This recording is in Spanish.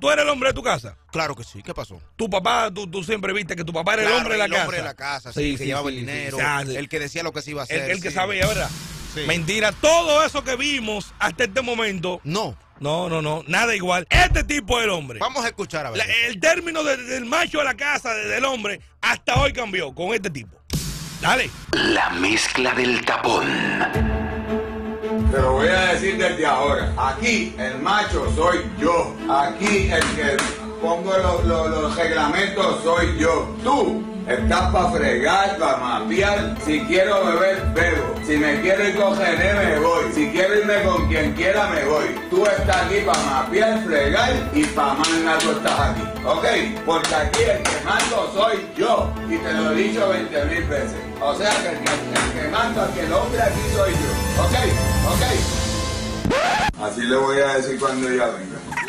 ¿Tú eres el hombre de tu casa? Claro que sí. ¿Qué pasó? Tu papá, tú, tú siempre viste que tu papá era el Claro, hombre de la el casa. hombre de la casa, sí, el que llevaba el dinero, Ah, el que decía lo que se iba a hacer, El, el que sí. sabía, ¿verdad? Sí. Mentira, todo eso que vimos hasta este momento. No. No, no, no, nada igual. Este tipo es el hombre. Vamos a escuchar a ver. La- el término de- del macho de la casa, de- del hombre, hasta hoy cambió con este tipo. Dale. La mezcla del tapón. Te lo voy a decir desde ahora. Aquí el macho soy yo. Aquí el que pongo los, los- los reglamentos soy yo. Tú estás para fregar, para mapear. Si quiero beber, bebo. Si me quiero ir con Gené, me voy. Si quiero irme con quien quiera, me voy. Tú estás aquí para mapear, fregar y para mandar tú estás aquí. ¿Ok? Porque aquí el que mando soy yo. Y te lo he dicho 20 mil veces. O sea que el que, el que mando, el que el hombre aquí soy yo. ¿Ok? ¿Ok? Así le voy a decir cuando ella venga.